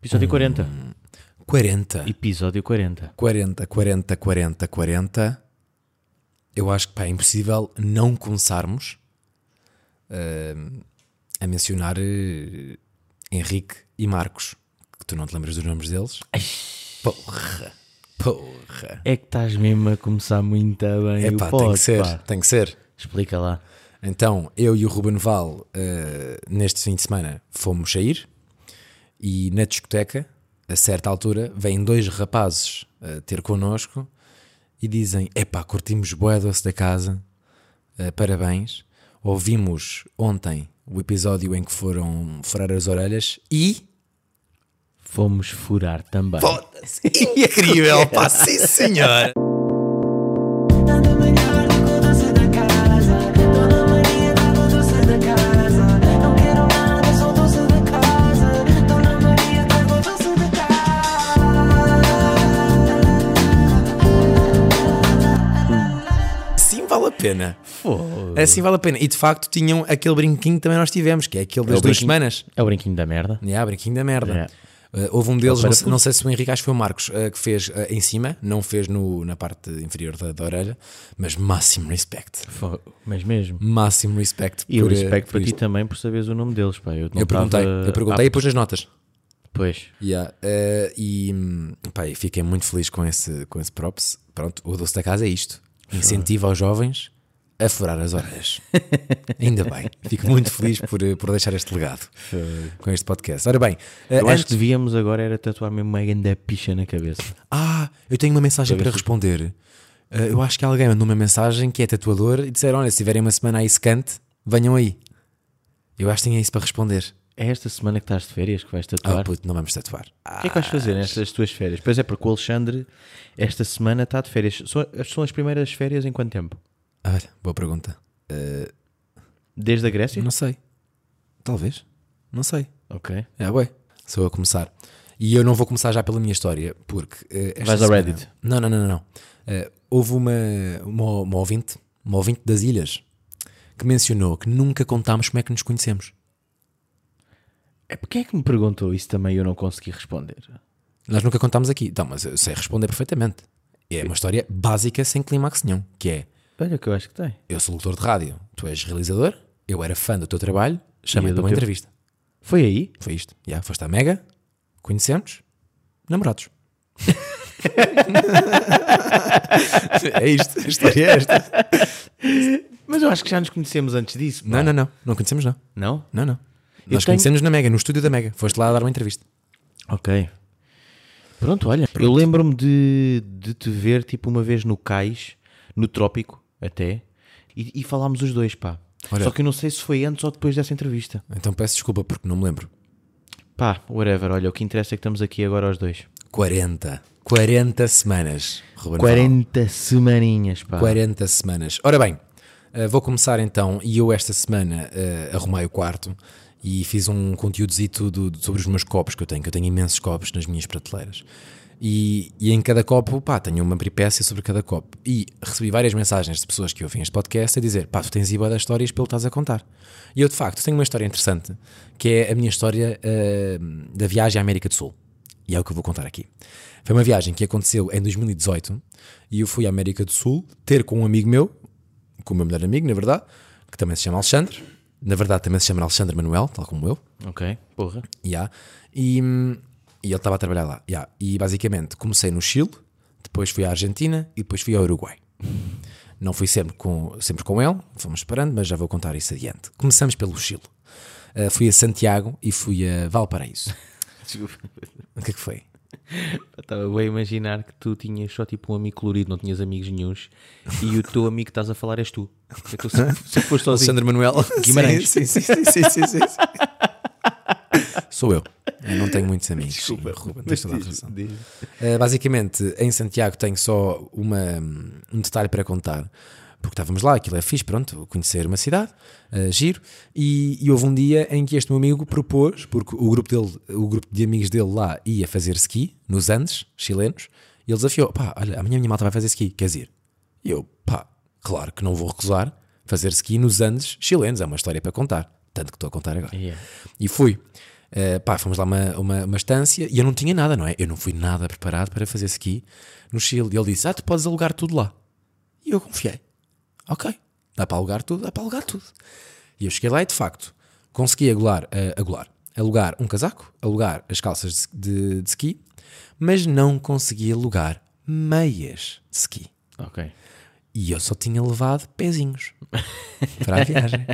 Episódio 40. 40. Hum. Episódio 40. 40, 40, 40, 40. Eu acho que pá, é impossível não começarmos ah, a mencionar eh, Henrique e Marcos. Que tu não te lembras dos nomes deles? Porra! Porra! É que estás mesmo a começar muito bem. É o pá, tem pod, que ser, pá. tem que ser. Explica lá. Então, eu e o Ruben Val, eh, neste fim de semana, fomos sair e na discoteca, a certa altura, vêm dois rapazes eh, ter connosco e dizem: Epá, curtimos boa doce da casa, eh, parabéns. Ouvimos ontem o episódio em que foram furar as orelhas e. Fomos furar também. Foda-se! Incrível, pá, sim senhor! Dona Maria do doce da casa, Dona Maria do doce da casa, não quero nada, sou doce da casa, Dona Maria do doce da casa. Sim, vale a pena. Fogo. Assim vale a pena. E de facto tinham aquele brinquinho que também nós tivemos, que é aquele das o duas brinquinho. semanas. É o brinquinho da merda. Yeah, brinquinho da merda. Yeah. Uh, houve um deles, não, Era sei- não sei se o Henrique, acho que foi o Marcos, uh, que fez uh, em cima, não fez no, na parte inferior da, da orelha, mas máximo respect. Fogo. Mas mesmo. Máximo respect. E o por, uh, respeito por para ti isto. também por saberes o nome deles, pá. Eu, não Eu perguntei, tava- eu perguntei e pus nas notas. Ah, pois. Yeah, uh, e hum, pá, eu fiquei muito feliz com esse, com esse props. Pronto, o doce da casa é isto: incentiva aos jovens a furar as orelhas. Ainda bem, fico muito feliz por, uh, por deixar este legado com este podcast. Ora bem, uh, Eu acho antes- que devíamos agora era tatuar mesmo uma grande picha na cabeça. Ah, eu tenho uma mensagem para responder. Ah, eu acho que alguém mandou uma mensagem que é tatuador e disseram: Olha, se tiverem uma semana aí secante, venham aí. Eu acho que tinha isso para responder. É esta semana que estás de férias que vais Ah, tatuar? puto, não vamos tatuar. O que é que vais fazer nestas tuas férias? Pois é, porque o Alexandre esta semana está de férias. São, são as primeiras férias em quanto tempo? Ah, olha, boa pergunta. Desde a Grécia? Não sei. Talvez. Não sei. Ok. É, ué. Sou eu a começar. E eu não vou começar já pela minha história, porque. eh, esta Vais ao semana- Reddit. Não, não, não, não. não. Eh, houve uma, uma, uma ouvinte, uma ouvinte das ilhas, que mencionou que nunca contámos como é que nos conhecemos. É porque é que me perguntou isso também e eu não consegui responder? Nós nunca contámos aqui. Então, mas eu sei responder perfeitamente. É uma história básica sem clímax nenhum, que é Olha o que eu acho que tem. eu sou locutor de rádio, tu és realizador, eu era fã do teu trabalho, E chamei-te eu para do uma teu. entrevista. Foi aí? Foi isto. Já, foste à Mega, conhecemos, namorados. é isto, a história é esta. Mas eu acho que já nos conhecemos antes disso. Não, não, não, não conhecemos não. Não? Não, não. Eu Nós tenho- conhecemos na Mega, no estúdio da Mega. Foste lá dar uma entrevista. Ok. Pronto, olha. Eu lembro-me de, de te ver tipo uma vez no cais, no trópico até, e, e falámos os dois, pá. Olha. Só que eu não sei se foi antes ou depois dessa entrevista. Então peço desculpa porque não me lembro. Pá, whatever, olha, o que interessa é que estamos aqui agora os dois. 40. 40 semanas. Ruben Val. 40 semaninhas, pá. 40 semanas. Ora bem, eh, vou começar então. E eu esta semana eh, arrumei o quarto e fiz um conteúdozito do- do- sobre os meus copos que eu tenho, que eu tenho imensos copos nas minhas prateleiras. E, e em cada copo, pá, tenho uma peripécia sobre cada copo. E recebi várias mensagens de pessoas que ouvem este podcast a dizer: pá, tu tens iba das histórias pelo que estás a contar. E eu, de facto, tenho uma história interessante, que é a minha história eh, da viagem à América do Sul. E é o que eu vou contar aqui. Foi uma viagem que aconteceu em 2018 e eu fui à América do Sul ter com um amigo meu, com o meu melhor amigo, na verdade, que também se chama Alexandre. Na verdade, também se chama Alexandre Manuel, tal como eu. Ok, porra. Ya. E, hum, e ele estava a trabalhar lá. ya. E basicamente comecei no Chile, depois fui à Argentina e depois fui ao Uruguai. Não fui sempre com, sempre com ele, fomos esperando, mas já vou contar isso adiante. Começamos pelo Chile. Ah, fui a Santiago e fui a Valparaíso. Desculpa. O que é que foi? Estava bem a imaginar que tu tinhas só tipo um amigo colorido, não tinhas amigos nenhuns, e o teu amigo que estás a falar és tu. Então, se, se foste sozinho, Alexandre Manuel Guimarães. Sim, sim, sim, sim, sim, sim, sim. Sou eu. Eu não tenho muitos amigos. Desculpa, Ruben, tens toda a razão. Uh, basicamente, em Santiago tenho só uma, um detalhe para contar. Porque estávamos lá, aquilo é fixe, pronto, conhecer uma cidade, uh, giro. E, e houve um dia em que este meu amigo propôs, porque o grupo, dele, o grupo de amigos dele lá ia fazer ski, nos Andes, chilenos, e ele desafiou: pá, olha, amanhã a minha malta vai fazer ski, queres ir? E eu, pá, claro que não vou recusar fazer ski nos Andes chilenos, é uma história para contar, tanto que estou a contar agora. Yeah. E fui. Eh, pá, fomos lá uma, uma, uma estância e eu não tinha nada, não é? Eu não fui nada preparado para fazer ski no Chile. E ele disse: Ah, tu podes alugar tudo lá. E eu confiei. Ok, dá para alugar tudo, dá para alugar tudo. E eu cheguei lá e de facto consegui agular, eh, agular, alugar um casaco, alugar as calças de, de- de ski, mas não consegui alugar meias de ski. Ok. E eu só tinha levado pezinhos para a viagem.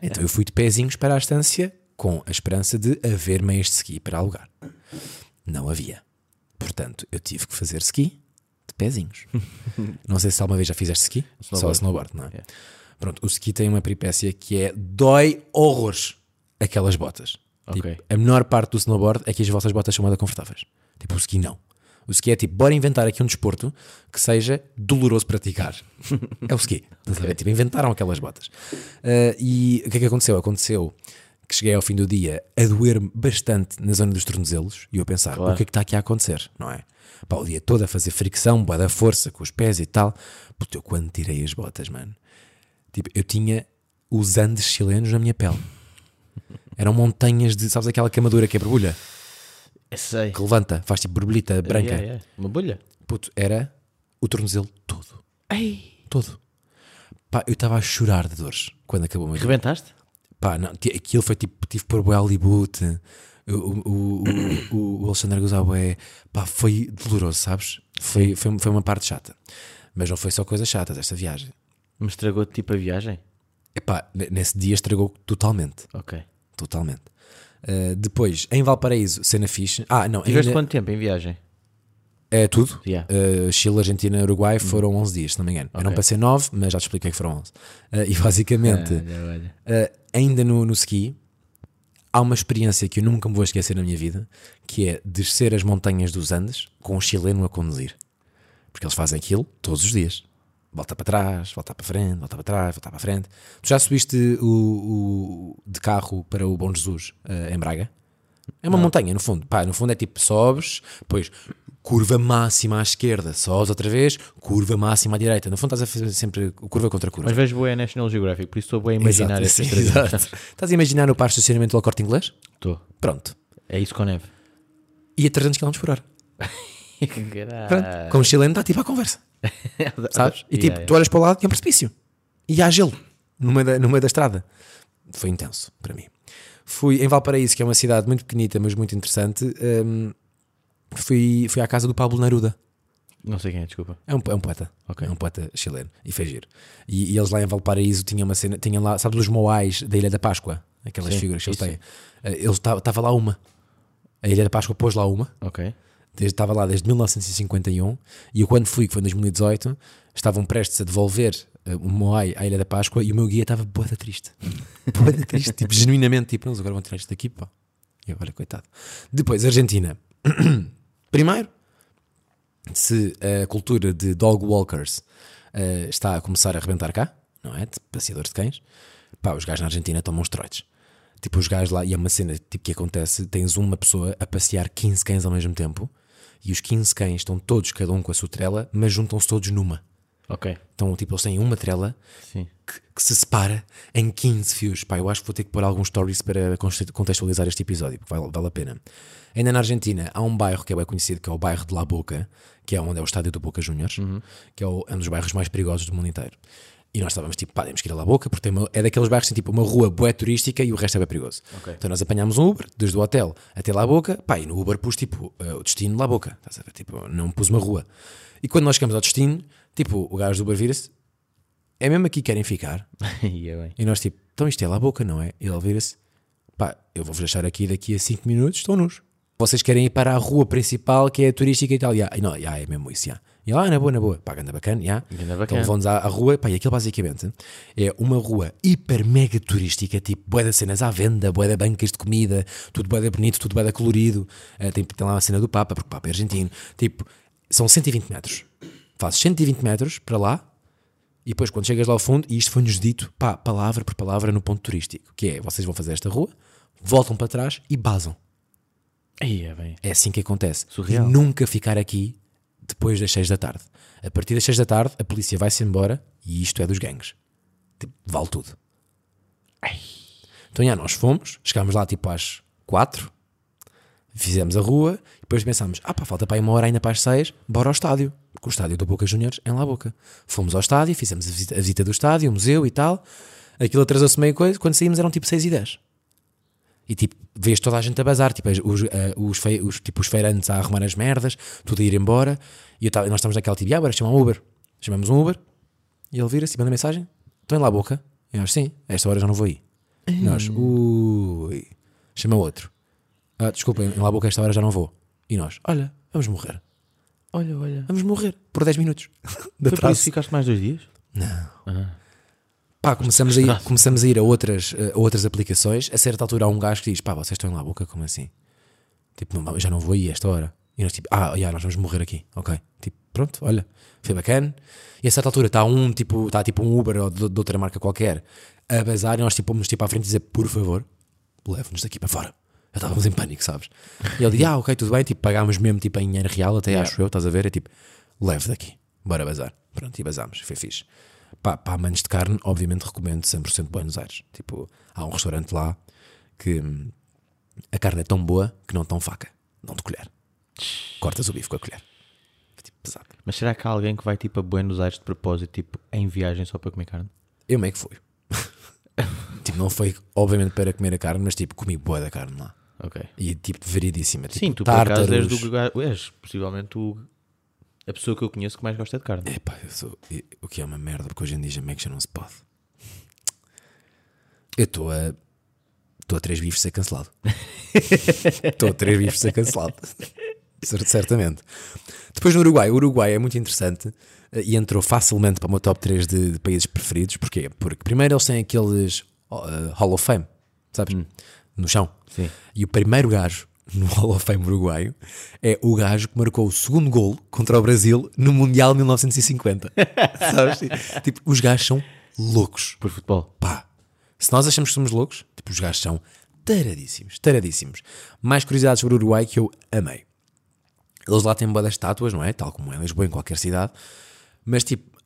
Então eu fui de pezinhos para a estância com a esperança de haver meias de ski para alugar. Não havia. Portanto, eu tive que fazer ski de pezinhos. Não sei se alguma vez já fizeste ski, só Snowboard. snowboard, não é? Yeah. Pronto, o ski tem uma peripécia que é dói horrores aquelas botas. Ok. Tipo, a menor parte do snowboard é que as vossas botas são nada confortáveis. Tipo, o ski não. O ski é tipo, bora inventar aqui um desporto que seja doloroso praticar. é o ski. Estás a ver? Tipo, inventaram aquelas botas. Ah, e o que é que aconteceu? Aconteceu que cheguei ao fim do dia a doer-me bastante na zona dos tornozelos e eu a pensar, o que é que está aqui a acontecer? Não é? Pá, o dia todo a fazer fricção, boa da força com os pés e tal. Puto, eu quando tirei as botas, mano, Tipo, eu tinha os Andes chilenos na minha pele. Eram montanhas de, sabes aquela camadura que é borbulha? É Sei. Que levanta, faz tipo borbulhita branca. Yeah, yeah. Uma bolha. Puto, era o tornozelo todo. Todo. Pá, eu estava a chorar de dores quando acabou o meu dia. Rebentaste? Pá, não, ti- aquilo foi tipo, tive por boé Hollywood. O, o, o, o, o Alexandre Gozabué, pá, foi doloroso, sabes? Foi, foi, foi uma parte chata. Mas não foi só coisas chatas esta viagem. Me estragou-te tipo a viagem? Epá, n- nesse dia estragou totalmente. Ok. Totalmente. Uh, depois, em Valparaíso, cena fixe. Ah, não, Tiveste ainda- quanto tempo em viagem? é tudo. Yeah. Uh, Chile, Argentina, Uruguai foram 11 dias, se não me engano. Eu não Ok. passei 9, mas já te expliquei que foram 11. Uh, e basicamente, Ah, olha. uh, ainda no, no ski, há uma experiência que eu nunca me vou esquecer na minha vida, que é descer as montanhas dos Andes com um chileno a conduzir. Porque eles fazem aquilo todos os dias. Volta para trás, volta para frente, volta para trás, volta para frente. Tu já subiste o, o- de carro para o Bom Jesus, eh, em Braga? É uma montanha, no fundo. Pá, no fundo é tipo, sobes, depois curva máxima à esquerda, sobes outra vez, curva máxima à direita. No fundo estás a fazer sempre curva contra curva. Mas vejo boa National Geographic, por isso estou bem a imaginar Exato, essas sim, três exato. Estás a imaginar o par de estacionamento do El Corte Inglês? Estou. Pronto. É isso com neve. E a 300 km por hora. Pronto. Caralho. Com o chileno está tipo à conversa. Sabes? E tipo, Yeah, tu olhas para o lado e é um precipício. E há gelo no meio, da, no meio da estrada. Foi intenso para mim. Fui em Valparaíso, que é uma cidade muito pequenita, mas muito interessante. hum, fui, fui à casa do Pablo Neruda. Não sei quem é, desculpa. É um, é um poeta. Ok. É um poeta chileno. E foi giro. E, e eles lá em Valparaíso tinham uma cena, tinham lá, sabes, os moais da Ilha da Páscoa, aquelas Sim, figuras que eles isso têm. Eh, Eles estava lá uma. A Ilha da Páscoa pôs lá uma. Ok. Estava lá desde 1951 e eu quando fui, que foi em 2018, estavam prestes a devolver eh, o Moai à Ilha da Páscoa e o meu guia estava boada triste. Boada triste, tipo, genuinamente, tipo, eles agora vão tirar isto daqui, pá. E eu, olha, coitado. Depois, Argentina. Primeiro, se a cultura de dog walkers eh, está a começar a arrebentar cá, não é? De passeadores de cães, pá, os gajos na Argentina tomam esteroides. Tipo, os gajos lá, e é uma cena tipo, que acontece: tens uma pessoa a passear 15 cães ao mesmo tempo, e os 15 cães estão todos, cada um com a sua trela, mas juntam-se todos numa. Ok. Então, tipo, eles têm uma trela Sim. que, que se separa em 15 fios. Pá, eu acho que vou ter que pôr alguns stories para conste- contextualizar este episódio, porque vale, vale a pena. Ainda na Argentina, há um bairro que é bem conhecido, que é o bairro de La Boca, que é onde é o estádio do Boca Juniors, que é o- é um dos bairros mais perigosos do mundo inteiro. E nós estávamos tipo, pá, temos que ir a La Boca, porque tem uma- é daqueles bairros que tem tipo uma rua boé turística e o resto é bem perigoso. Ok. Então nós apanhámos um Uber, desde o hotel até La Boca, pá, e no Uber pus tipo eh, o destino de La Boca, estás a ver? Tipo, não pus uma rua. E quando nós chegamos ao destino, tipo, o gajo do Uber vira-se, é mesmo aqui que querem ficar? Ia bem. E nós tipo, então isto é lá a boca, não é? E ele vira-se, pá, eu vou-vos deixar aqui daqui a 5 minutos, estão nus. Vocês querem ir para a rua principal que é a turística e tal. E, ah, e não, e, ah, é mesmo isso, já. E lá, ah, na boa, na boa. Pá, anda bacana, já. Ganda bacana. Então levou-nos à, à rua, pá, e aquilo basicamente é uma rua hiper mega turística, tipo, bué de cenas à venda, bué de bancas de comida, tudo bué de bonito, tudo bué de colorido. Ah, tem, tem lá a cena do Papa, porque o Papa é argentino. Tipo, são 120 metros. Fazes 120 metros para lá, e depois, quando chegas lá ao fundo, e isto foi-nos dito, pá, palavra por palavra no ponto turístico, que é, vocês vão fazer esta rua, voltam para trás e basam. Ia bem. É assim que acontece. Surreal. E nunca ficar aqui depois das 6 da tarde. A partir das 6 da tarde, a polícia vai-se embora e isto é dos gangues. Tipo, vale tudo. Então, já, nós fomos, chegámos lá tipo às 4 Fizemos a rua e depois pensámos: ah, pá, falta para aí uma hora ainda para as seis, bora ao estádio. Porque o estádio do Boca Juniors é em La Boca. Fomos ao estádio, fizemos a visita, a visita do estádio, o museu e tal. Aquilo atrasou-se meio coisa. Quando saímos eram tipo seis e dez. E tipo, vês toda a gente a bazar, tipo, as- os, ah, os, fei- os- tipo, os feirantes a arrumar as merdas, tudo a ir embora. E eu tava- nós estamos naquela tipo, ah, bora chamar um Uber. Chamamos um Uber e ele vira-se e manda mensagem: Estão em lá a boca? E nós, sim, a esta hora já não vou ir. Nós, Hum. ui, chama outro. Ah, desculpem, em lá a boca a esta hora já não vou. E nós, olha, vamos morrer. Olha, olha. Vamos morrer por 10 minutos. De Foi por isso atraso. que ficaste mais dois dias? Pá, começamos a ir, começamos a, ir a, outras, a outras aplicações. A certa altura há um gajo que diz: Pá, vocês estão em lá a boca, como assim? Tipo, não, eu já não vou ir a esta hora. E nós, tipo, ah, já, nós vamos morrer aqui. Ok. Tipo, pronto, olha, foi bacana. E a certa altura está um, tipo, está tipo um Uber ou de, de outra marca qualquer a bazar e nós, tipo, vamos tipo à frente e dizer: Por favor, leve-nos daqui para fora. Já estávamos em pânico, sabes? E ele diz: Ah, ok, tudo bem. Tipo, pagámos mesmo tipo em dinheiro real, até acho eu, estás a ver? É tipo, leve daqui, bora bazar. Pronto, e bazámos, foi fixe. Pá, para amantes de carne, obviamente recomendo 100% Buenos Aires. Tipo, há um restaurante lá que hum, a carne é tão boa que não tão faca, não de colher. Cortas o bife com a colher. Tipo, pesado. Mas será que há alguém que vai tipo a Buenos Aires de propósito, tipo em viagem só para comer carne? Eu meio que fui. tipo, não foi, obviamente, para comer a carne, mas tipo, comi boa da carne lá. Ok. E tipo, veridíssima. Tipo, Sim, tu por tártaros. acaso és, do, lugar- és possivelmente o- a pessoa que eu conheço que mais gosta de carne. Epá, eu sou. e- O que é uma merda, porque hoje em dia já meio que já não se pode. Eu estou a. Estou a três bifes de ser cancelado. Estou a três bifes de ser cancelado. Cer- Certamente. Depois no Uruguai. O Uruguai é muito interessante eh, e entrou facilmente para o meu top 3 de, de países preferidos. Porquê? Porque primeiro eles têm aqueles oh, eh, Hall of Fame, sabes? No chão. Sim. E o primeiro gajo no Hall of Fame uruguaio é o gajo que marcou o segundo golo contra o Brasil no Mundial 1950. sabes? Tipo, os gajos são loucos Por futebol. pá, se nós achamos que somos loucos, tipo, os gajos são taradíssimos, taradíssimos. Mais curiosidades sobre o Uruguai que eu amei. Eles lá têm boas estátuas, não é? Tal como é em Lisboa, em qualquer cidade. Mas, tipo,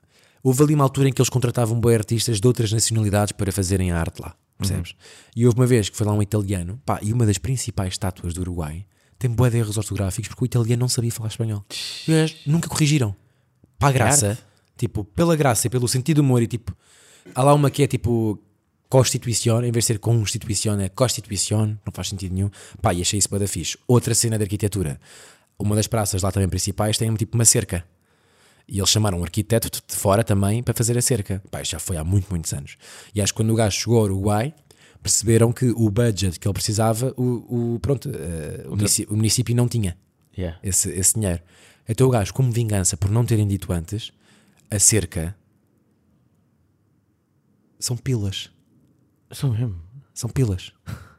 houve ali uma altura em que eles contratavam boas artistas de outras nacionalidades para fazerem a arte lá, percebes? E houve uma vez que foi lá um italiano, pá, e uma das principais estátuas do Uruguai tem boa de erros ortográficos porque o italiano não sabia falar espanhol. E os gajos nunca corrigiram. Para a graça, tipo, pela graça e pelo sentido do humor e tipo, há lá uma que é tipo Constituição, em vez de ser Constituição, é Constituição, não faz sentido nenhum. Pá, e achei isso bada fixe. Outra cena de arquitetura. Uma das praças lá também principais tem tipo uma cerca. E eles chamaram um arquiteto de- de fora também para fazer a cerca. Pá, isto já foi há muito, muitos anos. E acho que quando o gajo chegou ao Uruguai, perceberam que o budget que ele precisava, o, o- pronto, eh, o, munici- o município não tinha Yeah. esse, esse dinheiro. Então o gajo, como vingança por não terem dito antes, a cerca são pilas. Sou É mesmo. São pilas.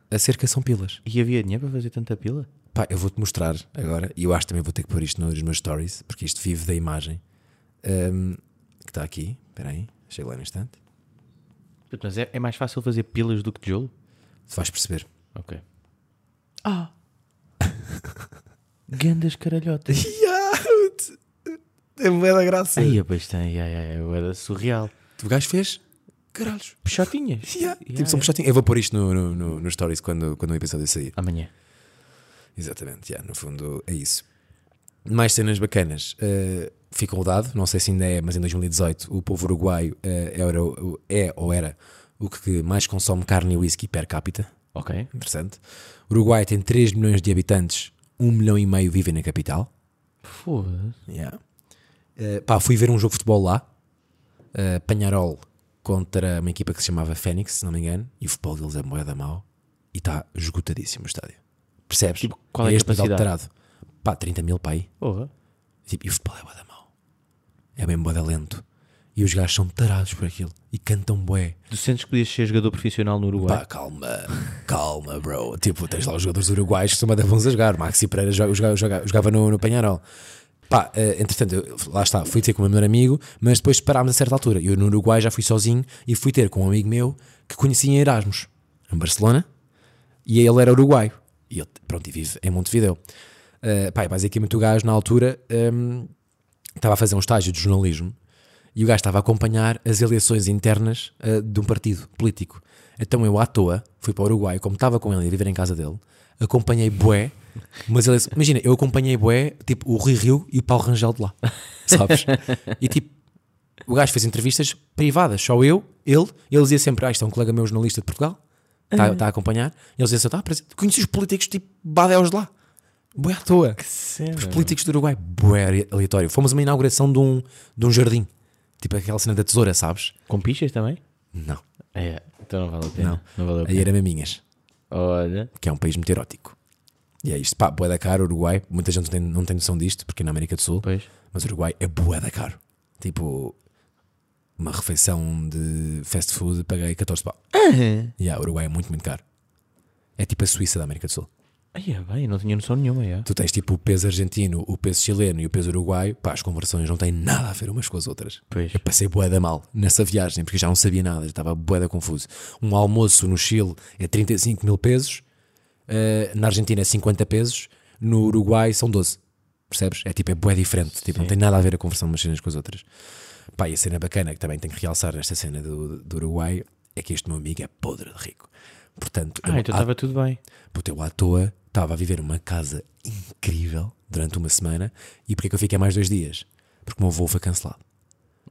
A cerca são pilas. E havia dinheiro para fazer tanta pila? Pá, eu vou-te mostrar agora, e eu acho que também vou ter que pôr isto nos meus stories, porque isto vive da imagem Ahm, que está aqui. Espera aí, chego lá no instante. Puto, Mas é, é mais fácil fazer pilas do que tijolo? Tu vais perceber. Ok. Ah! Gandas caralhotas. É bué da graça. Aí, pois tem. Ai, ai, ai, era surreal. O gajo fez. Caralhos. Peixotinhas. Yeah. tipo, são puxadinhos. Eu vou pôr isto no, no, no- nos stories quando, quando o episódio sair. Amanhã. Exatamente, yeah, no fundo é isso. Mais cenas bacanas. Uh, ficou dado, não sei se ainda é, mas em 2018 o povo uruguaio uh, era o- é ou era o que mais consome carne e whisky per capita. Ok. Interessante. O Uruguai tem 3 milhões de habitantes, 1 milhão e meio vivem na capital. Foda-se. Yeah. Uh, pá, fui ver um jogo de futebol lá, uh, Panharol contra uma equipa que se chamava Fénix, se não me engano, e o futebol deles é moeda mau e está esgotadíssimo o estádio. Percebes? Tipo, qual é a este pedal capacidade? alterado. Pá, 30 mil para aí. Porra. Tipo, e o futebol é boa da mau. É bem boa da lento. E os gajos são tarados por aquilo. E cantam bué. Tu sentes que podias ser jogador profissional no Uruguai? Pá, calma, calma, bro. Tipo, tens lá os jogadores uruguaios que são bué da bons a jogar. Maxi Pereira joga, joga- joga- jogava no, no Panharol. Pá, eh, entretanto, eu- lá está, fui ter com o meu melhor amigo, mas depois parámos a certa altura. Eu no Uruguai já fui sozinho e fui ter com um amigo meu que conhecia em Erasmus, em Barcelona, e ele era uruguaio. E ele, pronto, e vive em Montevideo. Eh, pá, e basicamente o gajo, na altura, ehm, estava a fazer um estágio de jornalismo e o gajo estava a acompanhar as eleições internas eh, ah, de um partido político. Então eu, à toa, fui para o Uruguai, como estava com ele a viver em casa dele, acompanhei Boé, mas ele, imagina, eu acompanhei Boé, tipo o Rui Rio e o Paulo Rangel de lá, sabes? E tipo, o gajo fez entrevistas privadas, só eu, ele, ele dizia sempre: Ah, isto é um colega meu jornalista de Portugal, está a acompanhar. E eles diziam: assim, ah, parece- conheci os políticos tipo Badéus de lá, Boé à toa. Os políticos do Uruguai, bué aleatório. Fomos a uma inauguração de um, de um jardim. Tipo aquela cena da tesoura, sabes? Com pichas também? Não. É, então não vale a Não. pena. Não, valeu a Aí é pena. era Maminhas, Olha, que é um país muito erótico. E é isto. Pá, bué da caro, Uruguai. Muita gente não tem, não tem noção disto, porque é na América do Sul. pois. Mas o Uruguai é bué da caro. Tipo, uma refeição de fast food paguei 14 pau. E yeah, o Uruguai é muito, muito caro. É tipo a Suíça da América do Sul. Aí é bem, não tinha noção nenhuma. é. Tu tens tipo o peso argentino, o peso chileno e o peso uruguaio. Pá, as conversões não têm nada a ver umas com as outras. Pois. Eu passei boeda mal nessa viagem, porque já não sabia nada, já estava boeda confuso. Um almoço no Chile é 35 mil pesos, eh, na Argentina é 50 pesos, no Uruguai são 12. Percebes? É tipo, é boé diferente, tipo, não tem nada a ver a conversão de umas cenas com as outras. Pá, e a cena bacana que também tenho que realçar nesta cena do, do Uruguai é que este meu amigo é podre de rico. Portanto, eu Ah, então há- estava tudo bem. Puta, eu à toa estava a viver uma casa incrível durante uma semana. E porquê é que eu fiquei mais dois dias? Porque o meu voo foi cancelado.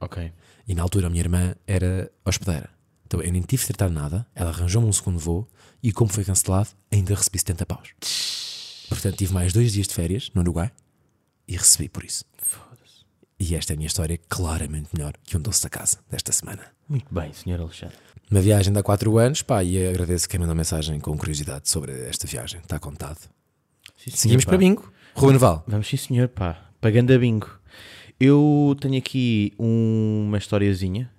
Ok. E na altura a minha irmã era hospedeira. Então eu nem tive de tratar nada, ela arranjou-me um segundo voo e, como foi cancelado, ainda recebi 70 paus. Portanto, tive mais dois dias de férias no Uruguai e recebi por isso. E esta é a minha história claramente melhor que um doce da casa desta semana. Muito bem, senhor Alexandre. Uma viagem de há 4 anos, pá, e agradeço quem mandou mensagem com curiosidade sobre esta viagem, está contado. Sim, senhor, Seguimos pá. para bingo. Ruben Val, Vamos sim, senhor, pá. Pagando a bingo. Eu tenho aqui um- uma historiazinha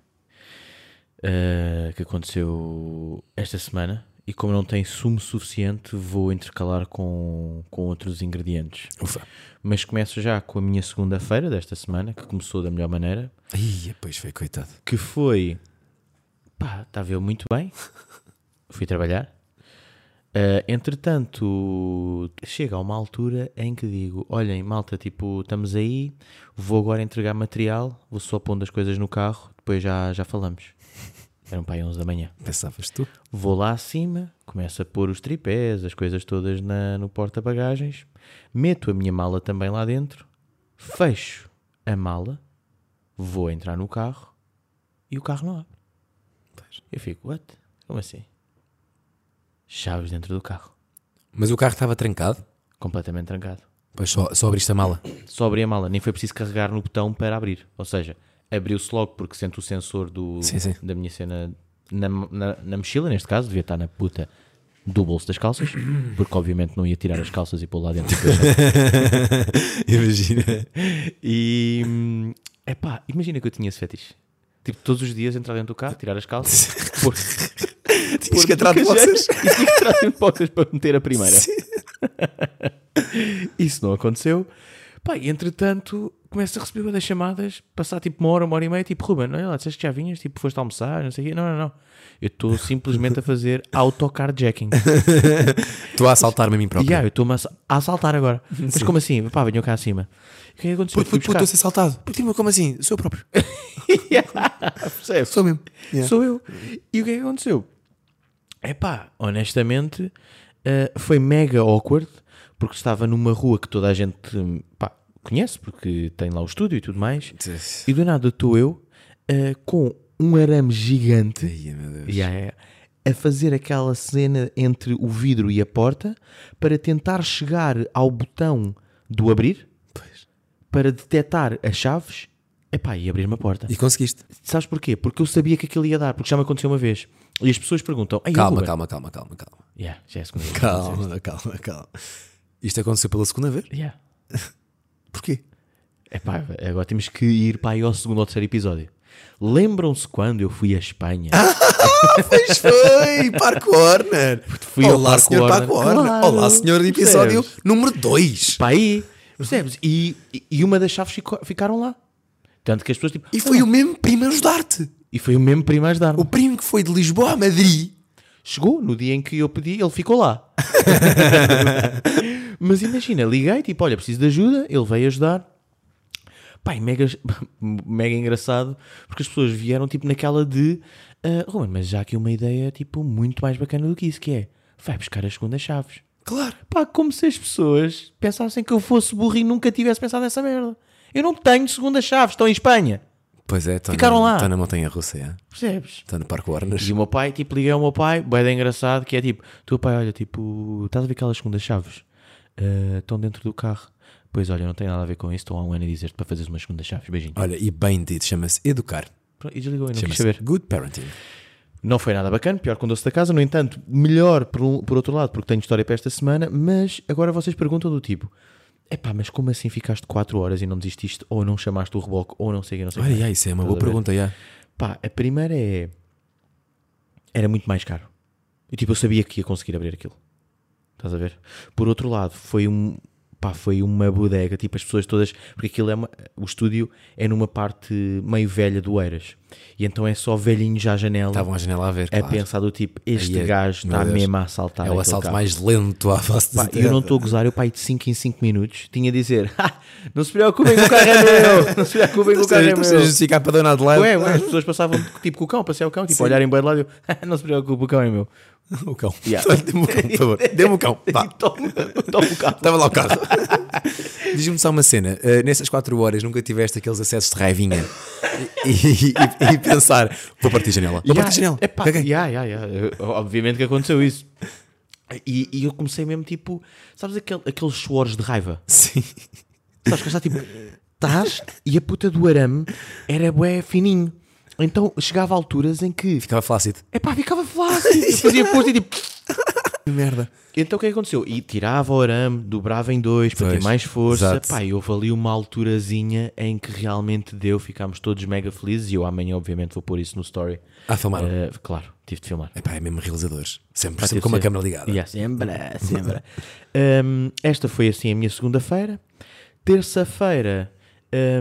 eh, que aconteceu esta semana e como não tem sumo suficiente vou intercalar com, com outros ingredientes. ufa. Mas começo já com a minha segunda-feira desta semana, que começou da melhor maneira, Ia, pois foi, coitado. que foi... Pá, estava eu muito bem. Fui trabalhar. Eh, entretanto, chega a uma altura em que digo: Olhem, malta, tipo, estamos aí, vou agora entregar material, vou só pondo as coisas no carro, depois já, já falamos. Eram para aí 11 da manhã. Pensavas tu? Vou lá acima, começo a pôr os tripés, as coisas todas na, no porta-bagagens, meto a minha mala também lá dentro, fecho a mala, vou entrar no carro e o carro não abre. Eu fico, what? Como assim? Chaves dentro do carro, Mas o carro estava trancado? completamente trancado. Pois só, só abriste a mala. Só abri a mala, nem foi preciso carregar no botão para abrir. Ou seja, abriu-se logo porque sente o sensor do, Sim, sim. da minha cena na, na, na mochila, neste caso, devia estar na puta do bolso das calças, porque obviamente não ia tirar as calças e pôr lá dentro. Imagina. e hum, epá, imagina que eu tinha esse fetiche. Tipo, todos os dias entrar dentro do carro, tirar as calças, pôr, Tinhas que é atrás de vocês. e tinha que trazer boxers para meter a primeira. Isso não aconteceu. Pá, e entretanto, começo a receber uma das chamadas, passar tipo uma hora, uma hora e meia, tipo, Ruben, olha lá, disseste que já vinhas, tipo, foste almoçar, não sei o quê. Não, não, não. Eu estou simplesmente a fazer autocarjacking. Estou a assaltar-me a mim E próprio. ah, eu estou-me a ass- a assaltar agora. Mas como assim? Pá, venham cá acima. O que é que aconteceu? Puto, puto, Fui puto, estou a buscar. ser assaltado. Puto, tipo, como assim? Sou eu próprio. Percebes? é, Sou mesmo. Yeah. Sou eu. E o que é que aconteceu? Epá, honestamente, uh, foi mega awkward, porque estava numa rua que toda a gente hum, pá, conhece, porque tem lá o estúdio e tudo mais. E do nada estou eu uh, com um arame gigante Ai, meu Deus. Yeah, yeah, a fazer aquela cena entre o vidro e a porta para tentar chegar ao botão do abrir para detectar as chaves epá, e abrir uma porta. E conseguiste. Sabes porquê? Porque eu sabia que aquilo ia dar, porque já me aconteceu uma vez. E as pessoas perguntam: "Ei, Calma, Ruben." calma, calma, calma, calma. Yeah, já é a segunda vez. Calma, calma, calma. Isto aconteceu pela segunda vez? Yeah. Porquê? Epá, agora temos que ir para aí ao segundo ou terceiro episódio. Lembram-se quando eu fui à Ah, Espanha? Pois foi, Park Warner. Fui ao Olá, Park senhor Park Warner. Warner. Claro, Olá, senhor de episódio número 2. para aí, percebes? E, e uma das chaves ficou- ficaram lá. Tanto que as pessoas tipo. E foi o mesmo primo a ajudar-te. E foi o mesmo primo a ajudar-me. O primo que foi de Lisboa a Madrid. Chegou no dia em que eu pedi, ele ficou lá. Mas imagina, liguei, tipo, olha, preciso de ajuda, ele veio ajudar. Pai, mega, mega engraçado, porque as pessoas vieram, tipo, naquela de... ah, Ruben, mas já há aqui uma ideia, tipo, muito mais bacana do que isso, que é... Vai buscar as segundas chaves. Claro. Pá, como se as pessoas pensassem que eu fosse burro e nunca tivesse pensado nessa merda. Eu não tenho segunda chave, estou em Espanha. Pois é, estão Ficaram na, lá. Estão na montanha russa, é? Percebes? Estão no Parque Warnes. E o meu pai, tipo, liguei ao meu pai, bem de engraçado, que é tipo, tu pai, olha, tipo, estás a ver aquelas segundas chaves? Ah, estão dentro do carro. Pois olha, não tem nada a ver com isso, estou há um ano a dizer-te para fazeres umas segundas chaves, beijinho. Olha, e bem dito, chama-se educar. Pronto, E desligou, eu não quis Chama-se saber. good parenting. Não foi nada bacana, pior que um doce da casa, no entanto, melhor por, um- por outro lado, porque tenho história para esta semana, mas agora vocês perguntam do tipo, epá, mas como assim ficaste 4 horas e não desististe, ou não chamaste o reboque, ou não sei o que, não sei o Olha, quê? já, isso é uma Estás boa a ver? pergunta, já. Pá, a primeira é. Era muito mais caro. E tipo, eu sabia que ia conseguir abrir aquilo. Estás a ver? Por outro lado, foi um. Pá, foi uma bodega. Tipo, as pessoas todas. Porque aquilo é. Uma, o estúdio é numa parte meio velha do Eiras. E então é só velhinhos à janela. Estavam à janela a ver, a claro. pensar do tipo, este Aí é- gajo meu está Deus. mesmo a assaltar. É o aquele assalto carro. mais lento à face Pá, da e eu não terra. estou a gozar, eu pai de 5 em 5 minutos tinha a dizer: "Ha, não se preocupem que o carro é meu! Não se preocupem que o Não carro é sei- não sei meu! justificar para Dona Adelaide. Ué, ué, as pessoas passavam tipo com o cão, passei o cão, tipo, olharem bem de lado e eu, "Ah, não se preocupe, o cão é meu. O cão. Yeah. Olha, Dê-me o cão, por favor. Dê-me o cão. Vá. E Tipo, toma, toma o carro. Estava lá o carro. Diz-me só uma cena. eh, nessas 4 horas nunca tiveste aqueles acessos de raivinha e, e- e- e pensar: vou partir a janela. Vou partir a janela. Epá, Caguei. yeah, yeah, yeah. Eu- Obviamente que aconteceu isso. E, e eu comecei mesmo tipo, sabes aquele, aqueles suores de raiva? Sim. Sabes que está tipo, estás e a puta do arame era bué fininho. Então chegava a alturas em que, Ficava flácido. epá, ficava flácido. Eu fazia força e tipo, Que merda. Então o que é que aconteceu? E tirava o arame, dobrava em dois para Pois, ter mais força. exato. Pá, e houve ali uma alturazinha em que realmente deu, ficámos todos mega felizes. E eu amanhã, obviamente, vou pôr isso no story. Ah, filmaram. Eh, claro, tive de filmar. Epá, é mesmo realizadores. Sempre, Ah, sempre tive com de uma ser. câmera ligada. Yeah, sempre, sempre. Hum, esta foi assim a minha segunda-feira. Terça-feira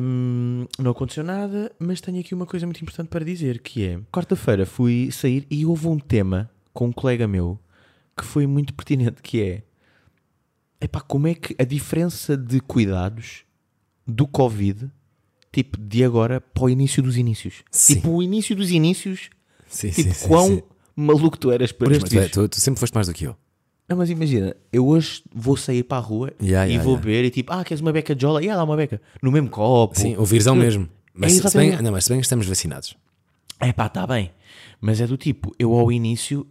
hum, não aconteceu nada, mas tenho aqui uma coisa muito importante para dizer, que é... Quarta-feira fui sair e houve um tema com um colega meu que foi muito pertinente, que é... Epá, como é que a diferença de cuidados do Covid, tipo, de agora para o início dos inícios? Sim. Tipo, o início dos inícios, Sim, tipo, sim, sim. quão sim. maluco tu eras para Mas este tu, é- vírus? tu- tu sempre foste mais do que eu. Não, mas imagina, eu hoje vou sair para a rua Yeah, e yeah, vou yeah. beber e tipo, ah, queres uma beca de jola? E há lá uma beca. No mesmo copo. Sim, o vírus é o mesmo. Mas, se bem, Tipo, exatamente. não, mas se bem que estamos vacinados. É pá, está bem. Mas é do tipo, eu ao início,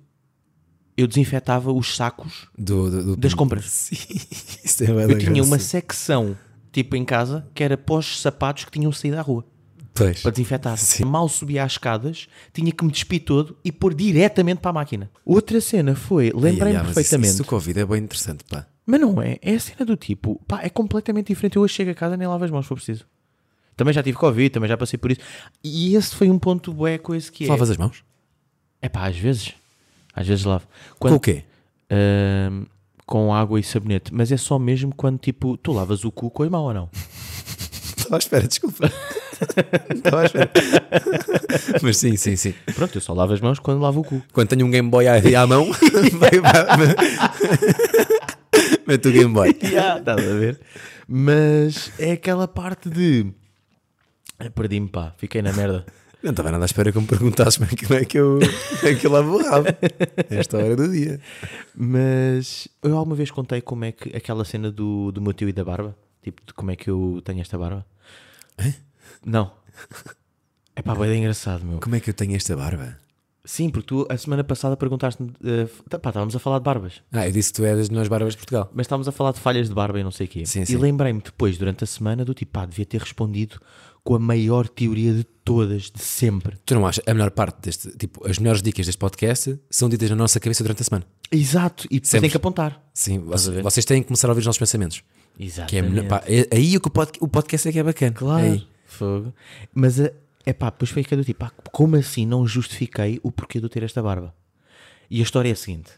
eu desinfetava os sacos. Do, do- do- Das compras. Sim. Isso é eu tinha uma secção, tipo em casa, que era pós sapatos que tinham saído à rua. Pois. Para desinfetar. Sim. Mal subia as escadas, tinha que me despir todo e pôr diretamente para a máquina. Outra cena foi, lembrei-me Ai, ai, mas perfeitamente. Isso, isso do Covid é bem interessante, pá. Mas não é, é a cena do tipo, pá, é completamente diferente. Eu hoje chego a casa e nem lavo as mãos se for preciso. Também já tive Covid, também já passei por isso. E esse foi um ponto bué com esse que é. Lavas as mãos? É pá, às vezes. Às vezes lavo. Quando, Com o quê? Ahm, com água e sabonete. Mas é só mesmo quando tipo, tu lavas o cu com a mão ou não? Estava à espera, desculpa. Estava à espera. Mas sim, sim, sim. Pronto, eu só lavo as mãos quando lavo o cu. Quando tenho um Game Boy à, à mão, vai, vai, vai. mete o Game Boy. Ya, Estás a ver? Mas é aquela parte de. "Ah, Perdi-me, pá, fiquei na merda. Não estava nada à espera que me perguntasses como é que, como é que eu, como é que eu lavo o rabo. Esta hora do dia. Mas eu alguma vez contei como é que aquela cena do, do meu tio e da barba? Tipo, de como é que eu tenho esta barba? Não. É pá, vai dar engraçado, meu. Como é que eu tenho esta barba? Sim, porque tu a semana passada perguntaste-me. eh, tá- pá, estávamos a falar de barbas, Ah, eu disse que tu eras nas barbas de Portugal. mas estávamos a falar de falhas de barba e não sei o quê. Sim, e sim. lembrei-me depois, durante a semana, do tipo, pá, devia ter respondido com a maior teoria de todas, de sempre. Tu não achas? A melhor parte deste, tipo, as melhores dicas deste podcast são ditas na nossa cabeça durante a semana. Exato, e depois Sempre. tem que apontar. Sim, vocês, vocês têm que começar a ouvir os nossos pensamentos. Exato. Que é, pá, é- aí é que o, pod- o podcast é que é bacana. Claro. Aí. Fogo. Mas é pá, depois foi aquele do tipo, ah, como assim não justifiquei o porquê de eu ter esta barba? E a história é a seguinte: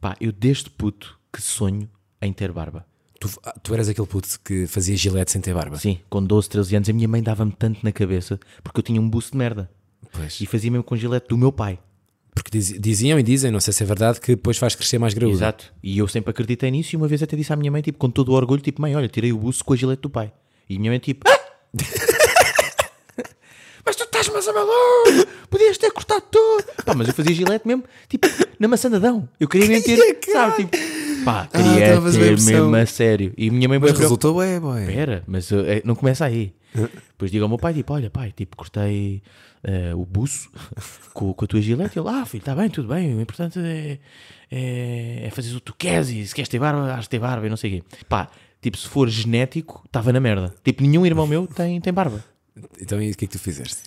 pá, eu desde puto que sonho em ter barba. Tu, ah, tu eras aquele puto que fazia gilete sem ter barba. Sim, com 12, 13 anos, a minha mãe dava-me tanto na cabeça porque eu tinha um buço de merda. Pois. E fazia mesmo com gilete do meu pai. Porque diz- diziam e dizem, não sei se é verdade, que depois faz crescer mais graúdo. Exato. E eu sempre acreditei nisso e uma vez até disse à minha mãe, tipo, com todo o orgulho, tipo, mãe, olha, tirei o buço com a gilete do pai. E a minha mãe, tipo, ah! mas tu estás mais a maluco! Podias ter cortado tudo! Pá, mas eu fazia gilete mesmo, tipo, na maçadão. Eu queria mesmo ter, sabe, tipo, Pá, Ah, queria estavas bem ter impressão. mesmo a sério. E a minha mãe Mas depois preocup- resultou bem, boy. Espera, mas uh, eh, não começa aí. Depois digo ao meu pai, tipo, olha pai, tipo, cortei eh, o buço com, com a tua gilete. Ele, ah filho, está bem, tudo bem, o importante é, é, é fazeres o que tu queres e se queres ter barba, has de ter barba e não sei o quê. Pá, tipo, se for genético, estava na merda. Tipo, nenhum irmão meu tem, tem barba. Então e o que é que tu fizeste?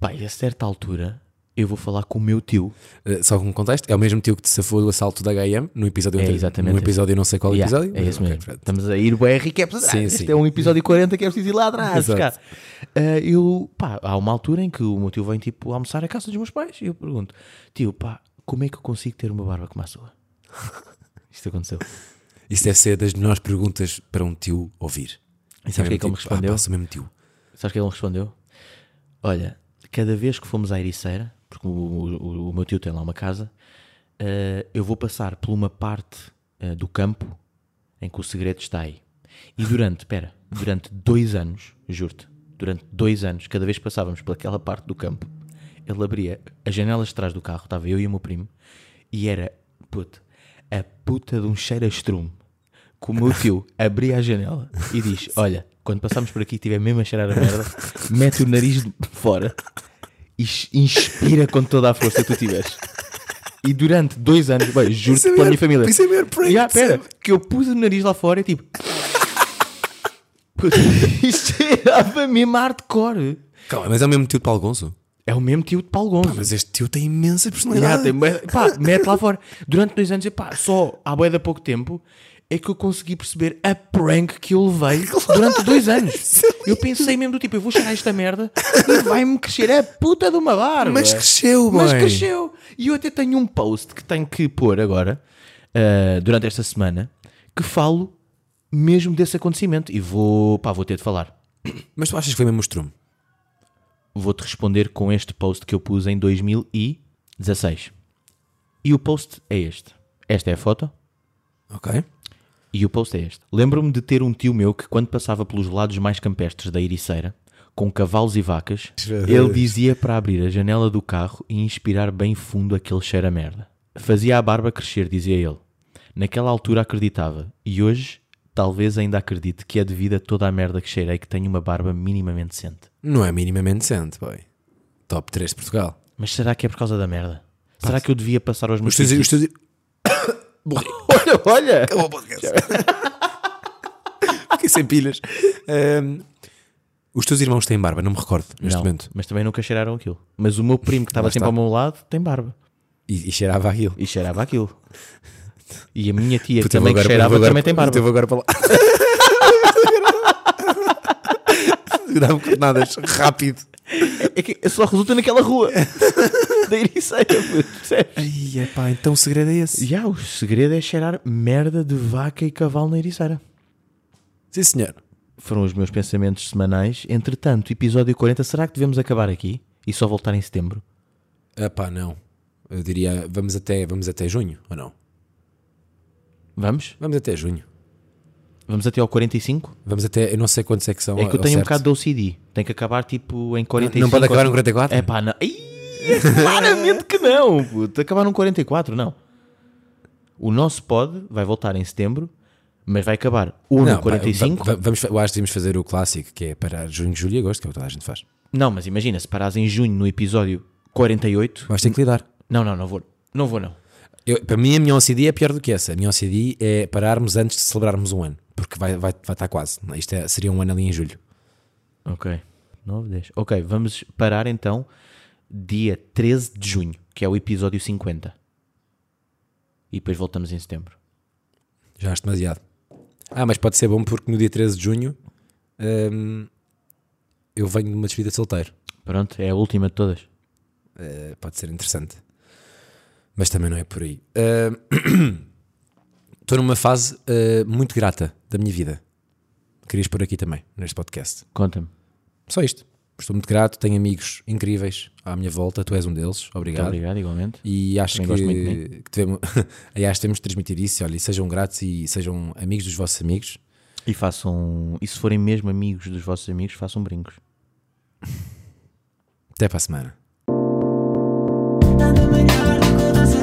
Pá, e a certa altura eu vou falar com o meu tio. Uh, só um contexto, é o mesmo tio que te safou do assalto da HM no episódio É, anterior. exatamente No episódio, não sei qual Yeah, episódio. É mas, isso ok, mesmo. pronto. Estamos a ir BR que é preciso. Sim, ah, isto sim. é um episódio 40 que é preciso ir lá atrás. Exato. cara. Ah, eu, pá, há uma altura em que o meu tio vem tipo almoçar à casa dos meus pais e eu pergunto: tio, pá, como é que eu consigo ter uma barba como a sua? Isto aconteceu. Isso deve ser das melhores perguntas para um tio ouvir. E sabes o que é que ele me Tipo, ah, respondeu? pá, sou mesmo tio. Sabes o que ele me respondeu? Olha, cada vez que fomos à Ericeira, porque o, o- o meu tio tem lá uma casa, eh, eu vou passar por uma parte eh, do campo em que o segredo está aí. E durante, espera, durante dois anos, juro-te, durante dois anos, cada vez que passávamos pelaquela parte do campo, ele abria as janelas de trás do carro, estava eu e o meu primo, e era, puto, a puta de um cheiro a estrume que o meu tio abria a janela e diz: Olha, quando passarmos por aqui e estiver mesmo a cheirar a merda, mete o nariz de fora e ins- inspira com toda a força que tu tiveres. E durante dois anos, bem, juro-te Isso é pela melhor- minha família. isso é melhor para E, ah, ele, pera, percebe? que eu pus o nariz lá fora e tipo. Puta, Isto cheirava mesmo a hardcore. Calma, mas é o mesmo tio de Paulo Gonzo? É o mesmo tio de Paulo Gonzo. Mas este tio tem imensa Já, personalidade. tem, bué- pá, mete lá fora. Durante dois anos, epá, só há bué de pouco tempo é que eu consegui perceber a prank que eu levei durante dois anos. é Eu pensei mesmo do tipo, eu vou cheirar esta merda e vai-me crescer a puta de uma barba. Mas cresceu, Mas boy. cresceu. E eu até tenho um post que tenho que pôr agora, ah, durante esta semana, que falo mesmo desse acontecimento. E vou, pá, vou ter de falar. Mas tu achas que foi mesmo o estrume? Vou-te responder com este post que eu pus em 2016. E o post é este. Esta é a foto Ok. e o post é este. Lembro-me de ter um tio meu que, quando passava pelos lados mais campestres da Ericeira, com cavalos e vacas, ele dizia para abrir a janela do carro e inspirar bem fundo aquele cheiro a merda. Fazia a barba crescer, dizia ele. Naquela altura acreditava, e hoje talvez ainda acredite que é devido a toda a merda que cheirei que tenho uma barba minimamente decente. Não é minimamente decente, boy. Top 3 de Portugal. Mas será que é por causa da merda? Será que eu devia passar aos meus Os teus. filhos? Os teus... Olha, olha! Acabou o podcast. Fiquei sem pilhas. Ahm, os teus irmãos têm barba, não me recordo neste Não, momento. mas também nunca cheiraram aquilo. Mas o meu primo que estava Lá sempre está. ao meu lado tem barba E, e cheirava aquilo. e cheirava aquilo. E a minha tia que Puta, eu vou também que agora- cheirava eu vou agora- também tem barba. Eu vou agora para lá. Dá-me coordenadas rápido. É que só resulta naquela rua da Ericeira, puto, percebes? Ai, epá, então o segredo é esse. Já, o segredo é cheirar merda de vaca e cavalo na Ericeira. Sim, senhor. Foram os meus pensamentos semanais. Entretanto, episódio 40, será que devemos acabar aqui e só voltar em setembro? Epá, não. Eu diria, vamos até, vamos até junho, ou não? Vamos? Vamos até junho. Vamos até ao 45? Vamos até, eu não sei quantos é que são. É que eu ao tenho um certo. bocado de OCD. Tem que acabar tipo em 45. Não pode acabar um ou- no 44? É pá, não. Ih, claramente que não, puto. Acabar num 44, não. O nosso pod vai voltar em setembro, mas vai acabar ou Não, no pá, 45. va- va- vamos, fa- eu acho que devíamos fazer o clássico, que é parar junho, julho e agosto, que é o que toda a gente faz. Não, mas imagina, se parares em junho no episódio 48. Mas tem que lidar. Não, não, não vou. Não vou, não. Eu- para mim, a minha OCD é pior do que essa. A minha OCD é pararmos antes de celebrarmos um ano, porque vai, vai, vai estar quase. Isto é- seria um ano ali em julho. Ok. 9, 10. Ok, vamos parar então dia 13 de junho, que é o episódio 50. E depois voltamos em setembro. Já acho demasiado. Ah, mas pode ser bom porque no dia 13 de junho hum, eu venho de uma despedida de solteiro. Pronto, é a última de todas. Eh, pode ser interessante. Mas também não é por aí. Hum, Estou numa fase eh, muito grata da minha vida. Querias pôr aqui também, neste podcast. Conta-me. Só isto. Estou muito grato, tenho amigos incríveis à minha volta, tu és um deles, Muito obrigado. obrigado, igualmente. E acho que, Também gosto muito de que devemos, aliás, temos de transmitir isso. Olha, e sejam gratos e sejam amigos dos vossos amigos. E façam. E se forem mesmo amigos dos vossos amigos, façam brincos. Até para a semana. Tanto melhor do que o doce